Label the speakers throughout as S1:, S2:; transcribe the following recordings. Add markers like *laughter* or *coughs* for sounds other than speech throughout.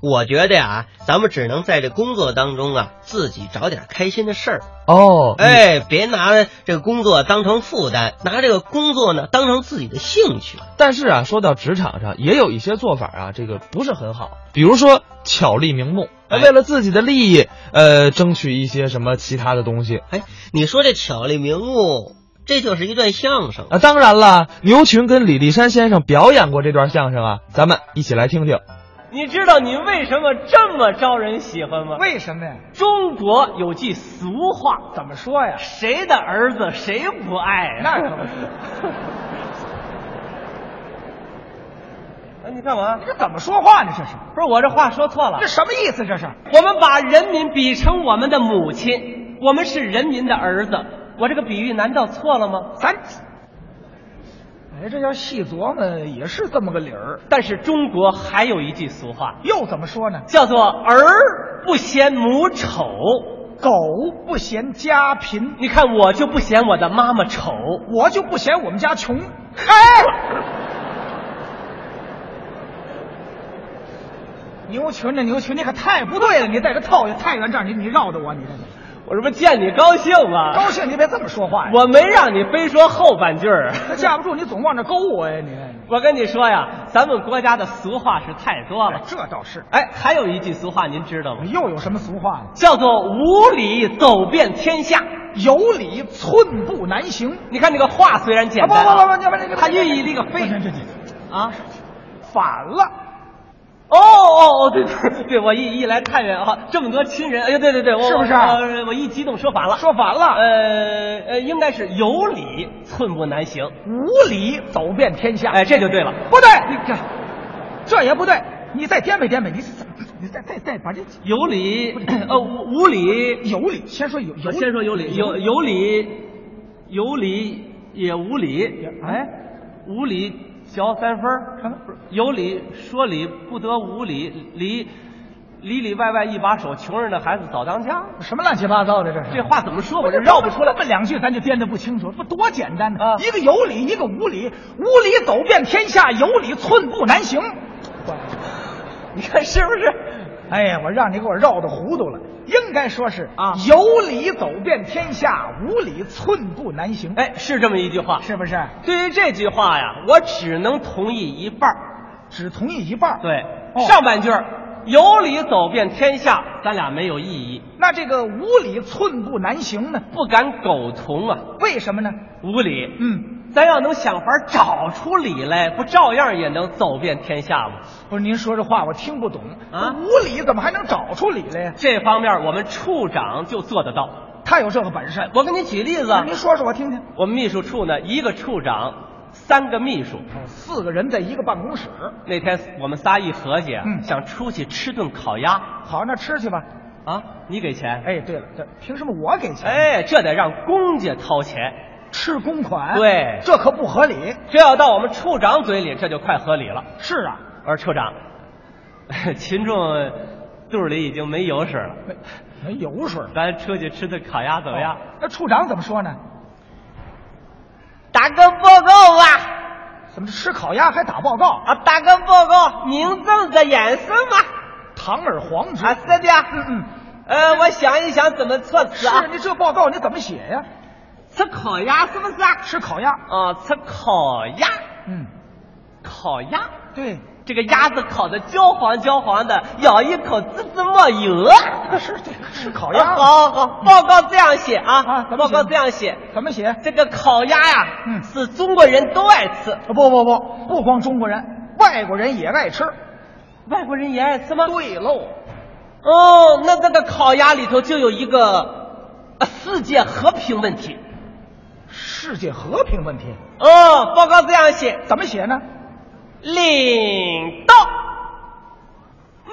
S1: 我觉得呀、咱们只能在这工作当中啊，自己找点开心的事儿。
S2: 哦，嗯，
S1: 哎，别拿这个工作当成负担，拿这个工作呢当成自己的兴趣。
S2: 但是啊，说到职场上，也有一些做法啊，这个不是很好，比如说巧立名目，
S1: 哎
S2: 为了自己的利益，呃，争取一些什么其他的东西。
S1: 哎，你说这巧立名目，这就是一段相声。
S2: 啊，当然了，牛群跟李立山先生表演过这段相声啊，咱们一起来听听。
S3: 你知道你为什么这么招人喜欢吗？
S4: 为什么呀？
S3: 中国有句俗话，
S4: 怎么说呀？
S3: 谁的儿子谁不爱呀、
S4: 那可不是。
S3: 哎，你干嘛
S4: 你？这怎么说话呢？这是，
S3: 不是我这话说错了
S4: 这。什么意思？这是
S3: 我们把人民比成我们的母亲，我们是人民的儿子。我这个比喻难道错了吗？
S4: 咱，哎，这要细琢磨也是这么个理儿。
S3: 但是中国还有一句俗话，
S4: 又怎么说呢？
S3: 叫做“儿不嫌母丑
S4: 狗不嫌家”。贫，
S3: 你看，我就不嫌我的妈妈丑。
S4: 我就不嫌我们家穷。嗨，牛群这牛群，你可太不对了！你在这套太原这儿，你你绕着我，你这
S3: 我这不见你高兴吗？
S4: 高兴，你别这么说话呀！
S3: 我没让你非说后半句儿。啊
S4: 那架不住你总往这勾我呀！你
S3: *laughs* 我跟你说呀，咱们国家的俗话是太多了。
S4: 这倒是，
S3: 哎，还有一句俗话您知道吗？
S4: 又有什么俗话呢？
S3: 叫做“无理走遍天下
S4: 有理寸步难行。”。
S3: 你看这个话虽然简
S4: 不
S3: 单
S4: 不不不，
S3: 啊，
S4: 你们
S3: 它寓意这个非
S4: 这这
S3: 啊，
S4: 反了，
S3: 哦哦哦，对对对，我一一来太原啊，这么多亲人，哎呦，对对对，我呃
S4: 是不是
S3: 我我一激动说反了，
S4: 说反了
S3: 呃呃，应该是有理寸步难行。
S4: 无理走遍天下。
S3: 哎，，这就对了。
S4: 不对，你这这也不对，你再颠沛颠沛，你你再再再把这
S3: 有理， *coughs* 呃，无无理
S4: 有理先说有有
S3: 我
S4: 理，
S3: 先说有理，有有理，有理也无理，
S4: 哎，
S3: 无理嚼三分儿
S4: 什么
S3: 有理说理不得无理，里里里外外一把手，穷人的孩子早当家。
S4: 什么乱七八糟的这是？
S3: 这话怎么说？我这
S4: 这
S3: 绕不出来。
S4: 这么两句，咱就颠得不清楚，不多简单呢、
S3: 啊
S4: 一个有理，一个无理，无理走遍天下，有理寸步难行。
S3: 你看是不是？
S4: 哎呀，我让你给我绕的糊涂了，应该说是
S3: 啊
S4: 有理走遍天下，无理寸步难行。
S3: 哎，是这么一句话。
S4: 是不是？
S3: 对于这句话呀，我只能同意一半儿。
S4: 只同意一半儿。
S3: 对，
S4: 哦
S3: 上半句儿有理走遍天下，咱俩没有异议，
S4: 那这个无理寸步难行呢？
S3: 不敢苟同啊，
S4: 为什么呢？
S3: 无理。
S4: 嗯，
S3: 咱要能想法找出理来，不照样也能走遍天下吗？
S4: 不是您说这话我听不懂
S3: 啊
S4: 无理怎么还能找出理来呀？
S3: 这方面我们处长就做得到。
S4: 他有这个本事。
S3: 我给你举例子，
S4: 您说说我听听。
S3: 我们秘书处呢，一个处长，三个秘书。
S4: 四个人在一个办公室，
S3: 那天我们仨一合计啊，
S4: 嗯
S3: 想出去吃顿烤鸭
S4: 好，那吃去吧。
S3: 啊，你给钱？
S4: 哎，对了，这凭什么我给钱？，
S3: 哎，这得让公家掏钱，
S4: 吃公款。
S3: 对
S4: 这可不合理。
S3: 这要到我们处长嘴里，这就快合理了。
S4: 是啊，
S3: 我说处长， *laughs* 群众肚里已经没油水了，
S4: 没没油水了。
S3: 咱出去吃顿烤鸭怎么样？
S4: 那处长怎么说呢？
S3: 打个报告吧。
S4: 怎么吃烤鸭还打报告？
S3: 啊，打个报告，民众的眼神吧。
S4: 堂而皇之
S3: 啊，是的。
S4: 嗯嗯，
S3: 呃，我想一想怎么措辞啊
S4: 是。你这报告你怎么写呀？
S3: 吃烤鸭是不是啊？
S4: 吃烤鸭。
S3: 啊，吃烤鸭，
S4: 嗯，
S3: 烤鸭，
S4: 对，
S3: 这个鸭子烤的焦黄焦黄的，咬一口滋滋冒油。
S4: 是这个吃烤
S3: 好
S4: 鸭。
S3: 好好，报告这样写啊，
S4: 啊怎么
S3: 报告
S4: 写
S3: 这样写，
S4: 怎么写？
S3: 这个烤鸭呀、
S4: 嗯
S3: 是中国人都爱吃，
S4: 不不不，不光中国人，外国人也爱吃。
S3: 外国人也爱吃吗？
S4: 对喽，
S3: 哦，那这个烤鸭里头就有一个、呃世界和平问题。
S4: 世界和平问题
S3: 哦，报告这样写：
S4: 怎么写呢？
S3: 领导模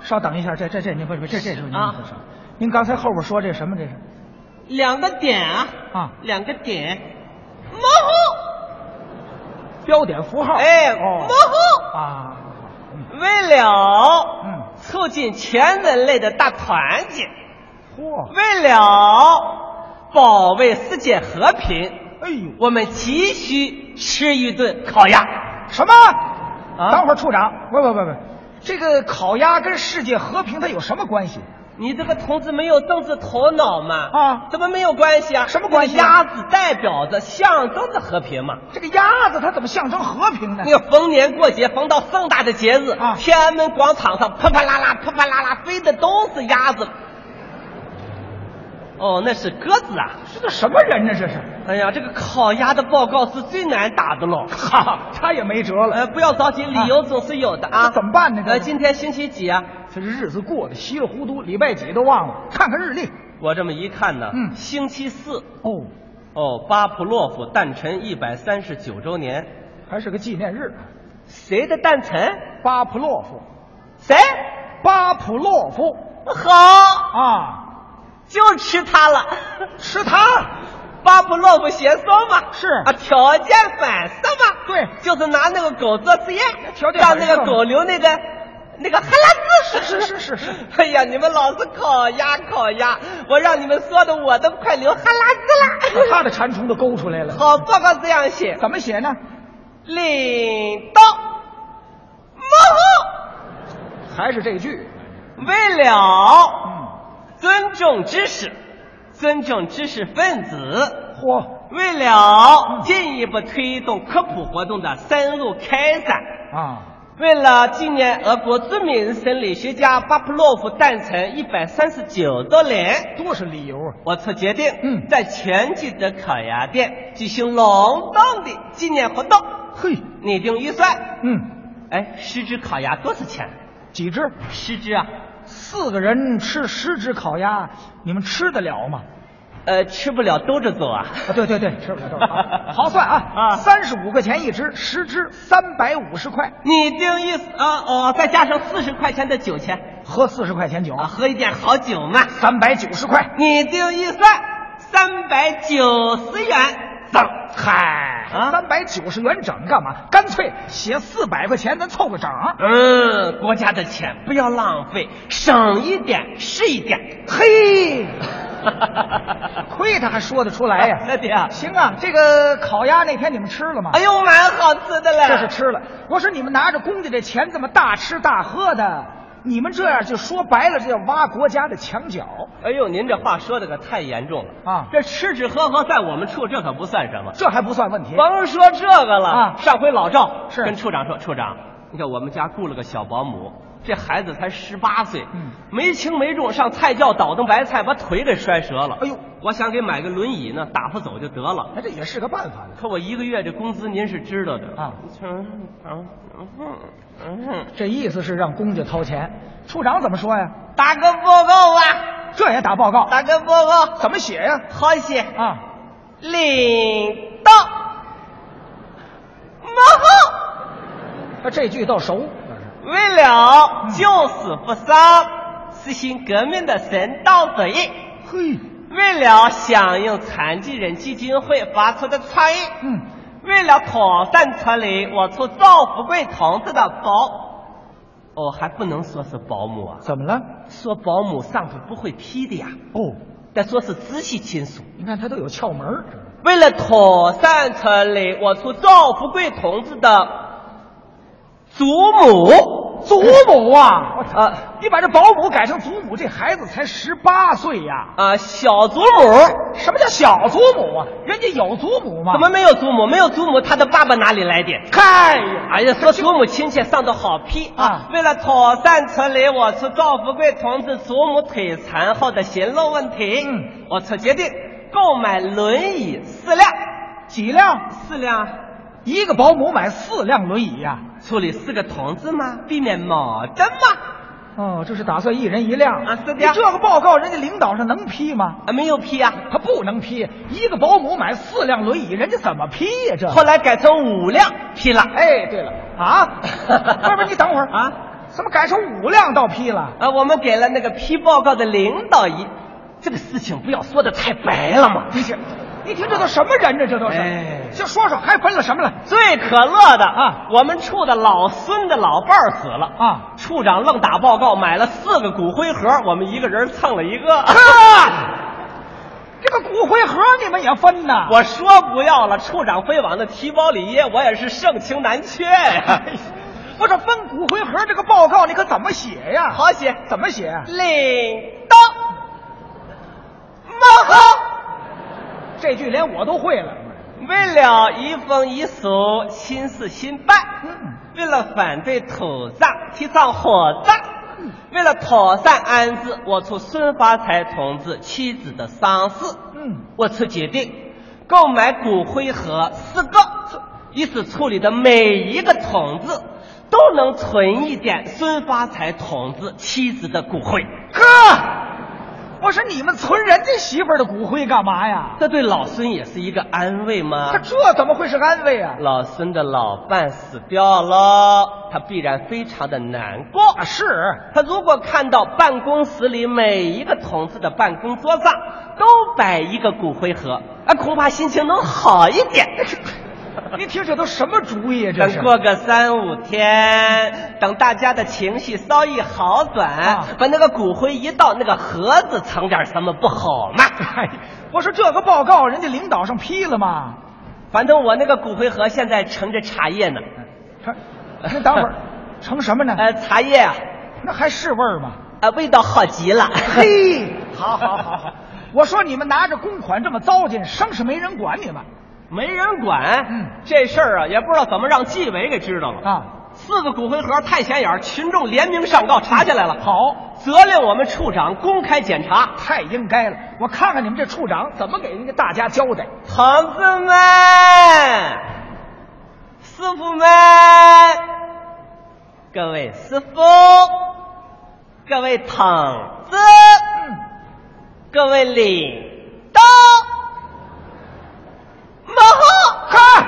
S4: 稍等一下，这这这，您不是不是这这时候您
S3: 啊
S4: 您稍等您刚才后边说这什么这是？
S3: 糊，两个点啊，
S4: 啊
S3: 两个点，模糊，
S4: 标点符号。
S3: 哎，模
S4: 哦
S3: 糊。
S4: 啊，嗯
S3: 为了
S4: 嗯，
S3: 促进全人类的大团结，
S4: 嚯，
S3: 为了保卫世界和平，
S4: 哎呦，
S3: 我们急需吃一顿烤鸭。
S4: 什么？
S3: 啊
S4: 等会儿处长，不不不不，这个烤鸭跟世界和平它有什么关系？
S3: 你这个同志没有政治头脑嘛？
S4: 啊
S3: 怎么没有关系啊？
S4: 什么关系
S3: 这个
S4: 啊
S3: 鸭子代表着象征着和平嘛。
S4: 这个鸭子它怎么象征和平呢？
S3: 那个逢年过节，逢到盛大的节日
S4: 哎啊
S3: 天安门广场上啪啪啦啦、啪啪啦啦飞的都是鸭子。哦，那是鸽子啊！
S4: 这都什么人呢？这是，
S3: 哎呀，这个烤鸭的报告是最难打
S4: *laughs*
S3: 的喽。
S4: 哈哈，他也没辙了。
S3: 呃，不要着急，理由总是有的啊。
S4: 那怎么办呢哎这
S3: 呃，今天星期几啊？
S4: 这日子过得稀里糊涂，礼拜几都忘了。看看日历，
S3: 我这么一看呢，
S4: 嗯
S3: 星期四。
S4: 哦，
S3: 哦，巴甫洛夫诞辰一百三十九周年，
S4: 还是个纪念日。
S3: 谁的诞辰？
S4: 巴甫洛夫，
S3: 谁？
S4: 巴甫洛夫
S3: 好，
S4: 啊，
S3: 就吃它了。
S4: 吃它。
S3: *laughs* 巴甫洛夫先说嘛，
S4: 是
S3: 啊，条件反射嘛，
S4: 对
S3: 就是拿那个狗做实验，
S4: 条件
S3: 让
S4: 反射
S3: 那个狗流那个那个哈喇子。
S4: 是是是是是。
S3: *laughs* 哎呀，你们老是烤鸭烤鸭，我让你们说的我都快流哈喇子
S4: 把 *laughs*
S3: 了。
S4: 他的馋虫都勾出来了。
S3: 好，报告这样写，
S4: 怎么写呢？
S3: 领导，幕
S4: 还是这句。
S3: 后为了
S4: 嗯，
S3: 尊重知识，尊重知识分子。
S4: 嚯
S3: 为了进一步推动科普活动的深入开展，
S4: 啊，
S3: 为了纪念俄国著名生理学家巴甫洛夫诞辰一百三十九周年，
S4: 多是理由啊！
S3: 我曾决定，
S4: 嗯
S3: 在全聚德烤鸭店举行隆重的纪念活动，
S4: 嘿，
S3: 拟定预算。
S4: 嗯，
S3: 哎，十只烤鸭多少钱？
S4: 几只？
S3: 十只啊？
S4: 四个人吃十只烤鸭，你们吃得了吗？
S3: 呃，吃不了兜着走啊。 *laughs*
S4: 啊，对对对，吃不了多少。好算啊
S3: 啊
S4: 三十五块钱一只，十只三百五十块，
S3: 拟定预啊哦，再加上四十块钱的酒钱
S4: 合四十块钱酒
S3: 啊，，喝一点好酒嘛。
S4: 三百九十块。
S3: 拟定预算三百九十元，
S4: 整嗨
S3: 啊
S4: 三百九十元整干嘛？干脆写四百块钱，咱凑个整。
S3: 嗯，国家的钱不要浪费，省一点是一点。 *laughs*
S4: 嘿，亏他还说得出来呀、
S3: 那得啊，
S4: 行啊，这个烤鸭那天你们吃了吗？
S3: 哎呦，蛮好吃的嘞。
S4: 这是吃了。我说你们拿着公家这钱这么大吃大喝的，你们这样就说白了，这叫挖国家的墙角。
S3: 哎呦，您这话说的可太严重了
S4: 啊
S3: 这吃吃喝喝在我们处这可不算什么。
S4: 这还不算问题。
S3: 甭说这个了，
S4: 啊
S3: 上回老赵
S4: 是
S3: 跟处长说，处长，你看我们家雇了个小保姆，这孩子才十八岁，
S4: 嗯
S3: 没轻没重上菜窖倒腾白菜，把腿给摔折了。
S4: 哎呦，
S3: 我想给买个轮椅呢，打发走就得了。
S4: 那这也是个办法呢。
S3: 可我一个月这工资您是知道的
S4: 啊
S3: 嗯嗯嗯嗯，
S4: 这意思是让公家掏钱。处长怎么说呀？
S3: 打个报告吧，
S4: 这也打报告？
S3: 打个报告，
S4: 怎么写呀？
S3: 好些
S4: 啊，
S3: 领导，幕
S4: 啊这句倒熟。
S3: 后为了救死扶伤，实行革命的神道主义。
S4: 嘿，
S3: 为了响应残疾人基金会发出的倡议，
S4: 嗯，
S3: 为了妥善处理我处赵富贵同志的保，哦，还不能说是保姆啊，
S4: 怎么了？
S3: 说保姆上头不会批的呀，
S4: 哦，
S3: 得说是直系亲属。
S4: 你看他都有窍门儿
S3: 为了妥善处理我处赵富贵同志的祖哦母，
S4: 祖母啊， *laughs* 我操！
S3: 啊
S4: 你把这保姆改成祖母，这孩子才十八岁呀！
S3: 啊，小祖母
S4: 什么叫小祖母啊？人家有祖母吗？
S3: 怎么没有祖母？没有祖母，他的爸爸哪里来的？
S4: 嗨呀！
S3: 哎呀，说祖母亲切上的好批啊
S4: 啊！
S3: 为了妥善处理我处赵富贵同志祖母腿残后的行路问题，
S4: 嗯
S3: 我处决定购买轮椅四辆，
S4: 几辆？
S3: 四辆
S4: 一个保姆买四辆轮椅呀、
S3: 处理四个同志嘛，避免矛盾嘛。
S4: 哦，这是打算一人一辆
S3: 啊是的
S4: 你这个报告，人家领导上能批吗？
S3: 啊，没有批啊。
S4: 他不能批。一个保姆买四辆轮椅，人家怎么批呀、这
S3: 后来改成五辆批了。
S4: 哎，对了
S3: *laughs*
S4: 啊，不是不是，你等会儿
S3: 啊，
S4: 怎么改成五辆倒批了？
S3: 啊，我们给了那个批报告的领导一，这个事情不要说的太白了嘛。
S4: 你听，你听，这都什么人呢？这都是，
S3: 哎
S4: 就说说还分了什么了？
S3: 最可乐的
S4: 啊，
S3: 我们处的老孙的老伴儿死了
S4: 啊
S3: 处长愣打报告，买了四个骨灰盒，我们一个人蹭了
S4: *laughs*
S3: 一个。 *laughs*
S4: 呵，这个骨灰盒你们也分呐？
S3: 我
S4: 哎
S3: *laughs* 说不要了，处长非往那提包里掖，我也是盛情难却呀。
S4: 不是分骨灰盒这个报告，你可怎么写呀？
S3: 好写
S4: 怎么写？啊
S3: 铃铛，冒号。
S4: 这句连我都会了。
S3: 为了移风易俗、新事新办，
S4: 嗯
S3: 为了反对土葬、提倡火葬，为了妥善安置我处孙发财同志妻子的丧事，
S4: 嗯，
S3: 我处决定购买骨灰盒四个，以此处理的每一个同志都能存一点孙发财同志妻子的骨灰。
S4: 呵，我说你们存人家媳妇儿的骨灰干嘛呀？
S3: 这对老孙也是一个安慰吗
S4: 他？这怎么会是安慰啊？
S3: 老孙的老伴死掉了，他必然非常的难过。
S4: 啊，是，
S3: 他如果看到办公室里每一个同志的办公桌上都摆一个骨灰盒，啊，恐怕心情能好一点。
S4: *laughs* 您听这都什么主意啊？这是
S3: 等过个三五天，等大家的情绪稍一好转，
S4: 啊
S3: 把那个骨灰一倒，那个盒子藏点什么不好吗？
S4: 哎，我说这个报告人家领导上批了吗？
S3: 反正我那个骨灰盒现在盛着茶叶
S4: *laughs*
S3: 呢， *laughs*
S4: 他，那等会儿成什么呢？
S3: 呃，茶叶啊，
S4: 那还是味儿吗？
S3: 啊，味道好极了。
S4: *laughs*
S3: *laughs*
S4: 嘿，好好好好，我说你们拿着公款这么糟践，生是没人管你们
S3: 没人管，
S4: 嗯
S3: 这事儿啊，也不知道怎么让纪委给知道了。
S4: 啊！
S3: 四个骨灰盒太显眼儿，群众联名上告，查下来了。
S4: 好，
S3: 责令我们处长公开检查。
S4: 太应该了。我看看你们这处长怎么给人家大家交代。
S3: 同志们、师傅们、各位师傅、各位同志、
S4: 嗯
S3: 各位领导，马后
S4: 哈，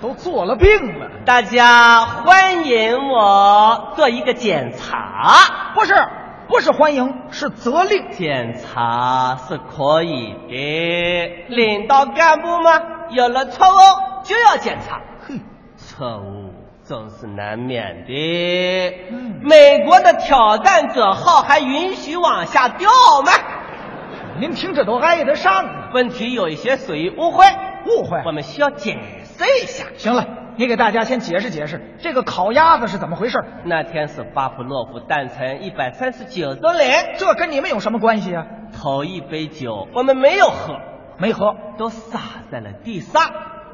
S4: 都做了病了，
S3: 大家欢迎我做一个检查。
S4: 不是不是欢迎，是责令。
S3: 检查是可以的，领导干部嘛，有了错误就要检查，
S4: 嘿，
S3: 错误总是难免的。
S4: 嗯
S3: 美国的挑战者号还允许往下掉吗？
S4: 您听这都挨得上啊！
S3: 问题有一些属于误会，
S4: 误会
S3: 我们需要解释一下。
S4: 行了，你给大家先解释解释这个烤鸭子是怎么回事，
S3: 那天是巴甫洛夫诞辰一百三十九周年，
S4: 这跟你们有什么关系啊？
S3: 头一杯酒我们没有喝，
S4: 没喝，
S3: 都洒在了地上，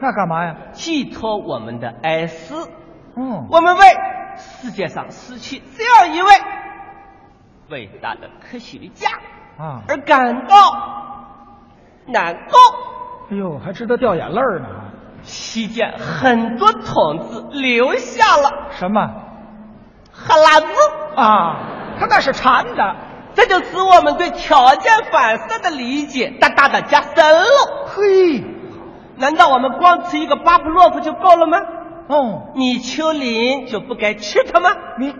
S4: 那干嘛呀？
S3: 寄托我们的哀思。
S4: 嗯，
S3: 我们为世界上失去这样一位伟大的科学家
S4: 啊，
S3: 而感到难过。
S4: 哎呦，还值得掉眼泪儿呢。
S3: 期间，很多同志留下了
S4: 什么
S3: 哈喇子，
S4: 啊？他那是馋的。
S3: 这就使我们对条件反射的理解大大的加深了。
S4: 嘿，
S3: 难道我们光吃一个巴甫洛夫就够了吗？
S4: 哦，
S3: 你丘陵就不该吃它吗？
S4: 你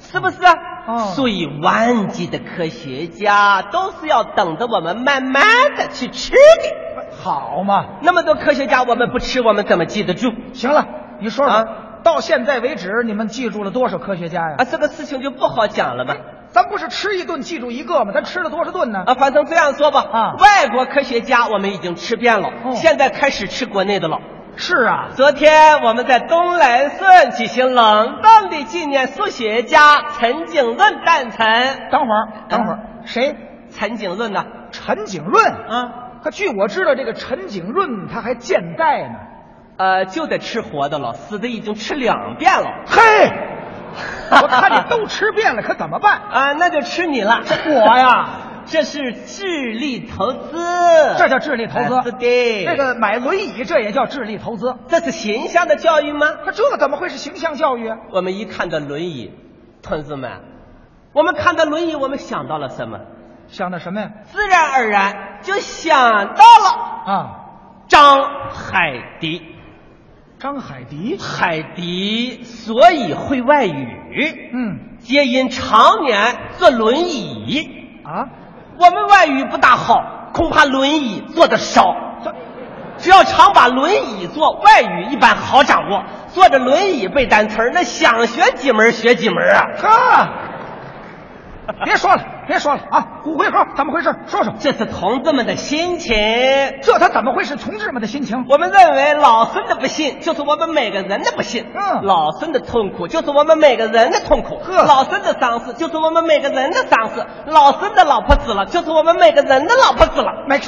S3: 是不是？
S4: 哦
S3: 数以万计的科学家都是要等着我们慢慢的去吃的。
S4: 好嘛？
S3: 那么多科学家，我们不吃，我们怎么记得住？
S4: 行了，你说说，
S3: 啊
S4: 到现在为止，你们记住了多少科学家呀？
S3: 啊，这个事情就不好讲了嘛。
S4: 咱不是吃一顿记住一个吗？咱吃了多少顿呢？
S3: 啊，反正这样说吧，
S4: 啊
S3: 外国科学家我们已经吃遍了，
S4: 哦
S3: 现在开始吃国内的了。
S4: 是啊，
S3: 昨天我们在东来顺举行隆重的纪念数学家陈景润诞辰。
S4: 等会儿，等会儿，
S3: 啊
S4: 谁？
S3: 陈景润呐，
S4: 陈景润。
S3: 啊，
S4: 可据我知道，这个陈景润他还健在呢。
S3: 呃，就得吃活的了，死的已经吃两遍了。
S4: *laughs* 嘿，我看你都吃遍了，可怎么
S3: *laughs*
S4: 办？
S3: 啊，那就吃你了。
S4: 我呀，
S3: 这是智力投资，
S4: 这叫智力投资。
S3: 哎是的，
S4: 这个买轮椅这也叫智力投资。
S3: 这是形象的教育吗？
S4: 那这怎么会是形象教育啊？
S3: 我们一看到轮椅，同志们，我们看到轮椅，我们想到了什么？
S4: 想的什么呀？
S3: 自然而然就想到了
S4: 啊，
S3: 张海迪。
S4: 张海迪。
S3: 海迪所以会外语，
S4: 嗯
S3: 皆因常年坐轮椅。
S4: 啊，
S3: 我们外语不大好，恐怕轮椅坐的少。
S4: 这
S3: 只要常把轮椅坐，外语一般好掌握。坐着轮椅背单词儿，那想学几门儿学几门儿啊！
S4: 呵，别说了，别说了啊，骨灰盒怎么回事？说说，
S3: 这是同志们的心情。
S4: 这他怎么会是同志们的心情？
S3: 我们认为老孙的不幸就是我们每个人的不幸，
S4: 嗯
S3: 老孙的痛苦就是我们每个人的痛苦，
S4: 呵
S3: 老孙的丧事就是我们每个人的丧事，老孙的老婆死了就是我们每个人的老婆死了。
S4: 没，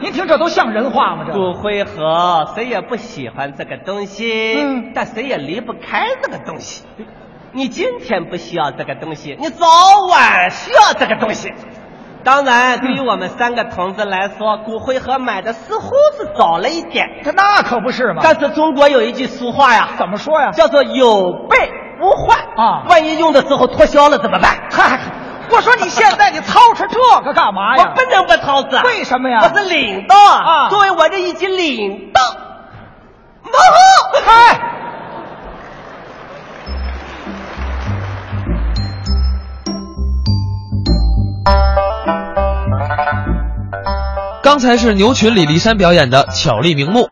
S4: 您听这都像人话吗？这
S3: 骨灰盒，谁也不喜欢这个东西，
S4: 嗯
S3: 但谁也离不开这个东西。你今天不需要这个东西，你早晚需要这个东西。当然，对于我们三个同志来说，骨灰盒买的似乎是早了一点，
S4: 他那可不是嘛。
S3: 但是中国有一句俗话呀，
S4: 怎么说呀？
S3: 叫做有备无患
S4: 啊
S3: 万一用的时候脱销了怎么办？ *laughs*
S4: 嗨，我说你现在你操持这个干嘛
S3: 我
S4: 呀？
S3: 不能不操持，
S4: 为什么呀
S3: 啊我是领导
S4: 啊
S3: 作为我这一级领导，然后
S4: 哎
S3: 嗨，
S2: 刚才是牛群李立山表演的《巧立名目》。